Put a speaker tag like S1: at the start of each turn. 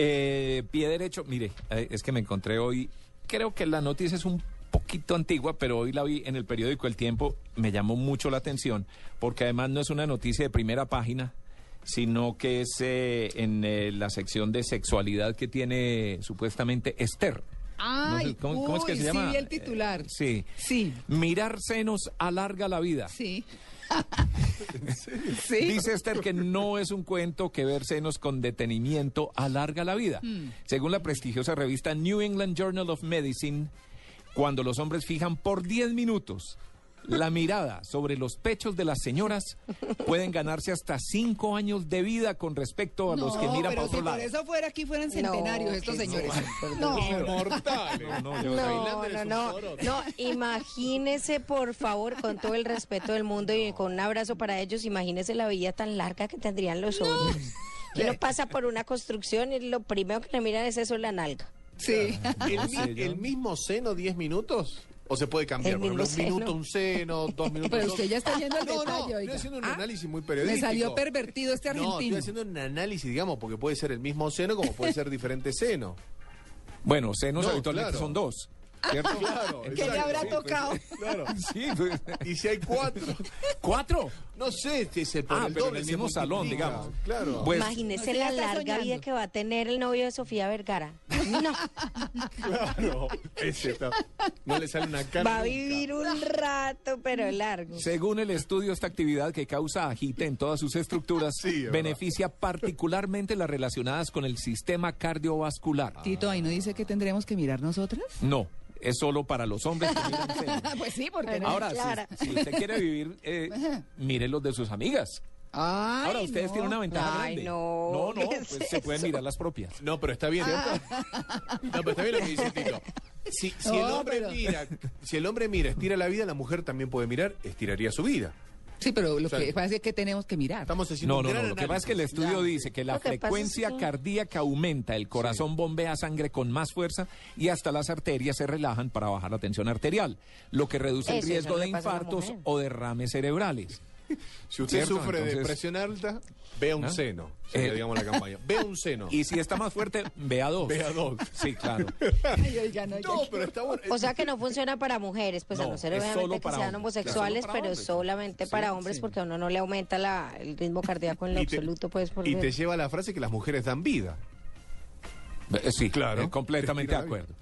S1: Eh, pie derecho, mire, eh, es que me encontré hoy, creo que la noticia es un poquito antigua, pero hoy la vi en el periódico El Tiempo, me llamó mucho la atención, porque además no es una noticia de primera página, sino que es eh, en eh, la sección de sexualidad que tiene supuestamente Esther.
S2: Ay,
S1: No sé, ¿cómo, cómo es que
S2: uy,
S1: se llama?
S2: Sí, vi el titular.
S1: Eh, sí.
S2: Sí.
S1: Mirar senos alarga la vida.
S2: Sí. sí.
S1: Dice Esther que no es un cuento que ver senos con detenimiento alarga la vida.
S2: Mm.
S1: Según la prestigiosa revista New England Journal of Medicine, cuando los hombres fijan por 10 minutos la mirada sobre los pechos de las señoras, pueden ganarse hasta 5 años de vida con respecto a los que miran para
S2: pero
S1: otro
S2: si
S1: lado.
S2: por eso fuera aquí fueran centenarios estos señores.
S3: No,
S1: No, no, yo-
S3: no, no, no, no. Imagínese, por favor, con todo el respeto del mundo y con un abrazo para ellos, imagínese la vida tan larga que tendrían los hombres. Que uno pasa por una construcción y lo primero que le miran es eso, la nalga.
S2: Sí.
S4: ¿El, mi- el mismo seno 10 minutos? ¿O se puede
S3: El
S4: cambiar? Por ejemplo, un
S3: mismo
S4: minuto
S3: seno.
S4: un seno, dos minutos
S2: Pero
S4: dos. Ah,
S2: usted ya está yendo al
S4: No,
S2: detalle,
S4: no,
S2: oiga.
S4: estoy haciendo un
S2: Ah,
S4: análisis muy
S2: Le
S4: periodístico.
S2: salió pervertido este
S4: No,
S2: argentino.
S4: estoy haciendo un análisis, digamos, porque puede ser el mismo seno como puede ser diferente seno.
S1: Bueno, senos
S4: No,
S1: habitualmente
S4: claro.
S1: son dos. ¿Cierto?
S4: Claro,
S2: ¿Qué Ah, le
S4: exacto,
S2: habrá
S4: sí, pues,
S2: tocado?
S4: Claro.
S1: Sí, pues,
S4: Y si hay cuatro,
S1: ¿Cuatro?
S2: Ah.
S4: no sé si se pone
S1: Ah,
S4: el
S1: pero en
S4: doble,
S1: el
S4: se
S1: mismo salón,
S4: multiplica.
S1: digamos.
S4: Claro.
S1: Pues,
S3: Imagínese
S2: No, sí, ya
S3: la
S2: está
S3: larga
S2: soñando.
S3: vida que va a tener el novio de Sofía Vergara. No,
S4: Claro. Ese está. No le sale una cara.
S3: va a
S4: nunca.
S3: vivir un rato, pero largo.
S1: Según el estudio, esta actividad que causa agite en todas sus estructuras
S4: Sí, es
S1: beneficia particularmente las relacionadas con el sistema cardiovascular.
S2: Tito, ahí no dice que tendremos que mirar nosotras.
S1: No, es solo para los hombres. que miran series.
S2: Ah, pues sí, porque no.
S1: Ahora,
S3: Clara.
S1: si, si usted quiere vivir, eh, mire los de sus amigas.
S2: Ay,
S1: Ahora, ustedes
S2: no.
S1: tienen una ventaja
S3: Ay,
S1: grande.
S3: no,
S1: no, no,
S3: ¿qué
S1: pues
S3: es
S1: se pueden mirar las propias.
S4: No, pero está bien.
S3: Ah.
S4: No, pero está bien lo que dice Tito. Si, si el
S2: No,
S4: hombre
S2: pero-
S4: mira, si el hombre mira, estira la vida, la mujer también puede mirar, estiraría su vida.
S2: Sí, pero lo
S4: sea,
S2: que pasa es que tenemos que mirar.
S4: Estamos haciendo
S1: No,
S4: un
S1: no,
S4: gran
S1: no. Lo que pasa es que el
S4: análisis.
S1: estudio dice que la
S3: Lo que pasa es
S1: frecuencia
S3: que-
S1: cardíaca aumenta, el corazón bombea sangre con más fuerza y hasta las arterias se relajan para bajar la tensión arterial, lo que reduce el
S3: Eso es
S1: riesgo
S3: lo que
S1: de
S3: pasa a la
S1: infartos
S3: mujer.
S1: o derrames cerebrales.
S4: Si usted
S1: Cierto,
S4: sufre de
S1: entonces-
S4: presión alta, vea un
S1: ¿Ah?
S4: seno. Sería,
S1: Eh,
S4: digamos la campaña. Vea un seno.
S1: Y si está más fuerte, vea dos.
S4: Vea dos.
S1: Sí, claro.
S2: Ay, oiga, no,
S4: No,
S2: ya-
S4: pero está bueno.
S3: O sea que no funciona para mujeres, pues a
S1: No,
S3: no ser
S1: es solo
S3: obviamente que
S1: para
S3: sean
S1: hombres.
S3: homosexuales,
S1: Es solo para
S3: pero
S1: hombres.
S3: solamente
S1: Sí,
S3: para hombres
S1: sí.
S3: porque a uno no le aumenta la- el ritmo cardíaco en lo
S4: Y te-
S3: absoluto, pues por
S4: Y te lleva a la frase que las mujeres dan vida.
S1: Eh, Sí,
S4: Claro.
S1: eh, completamente de
S4: Estira la vida.
S1: acuerdo.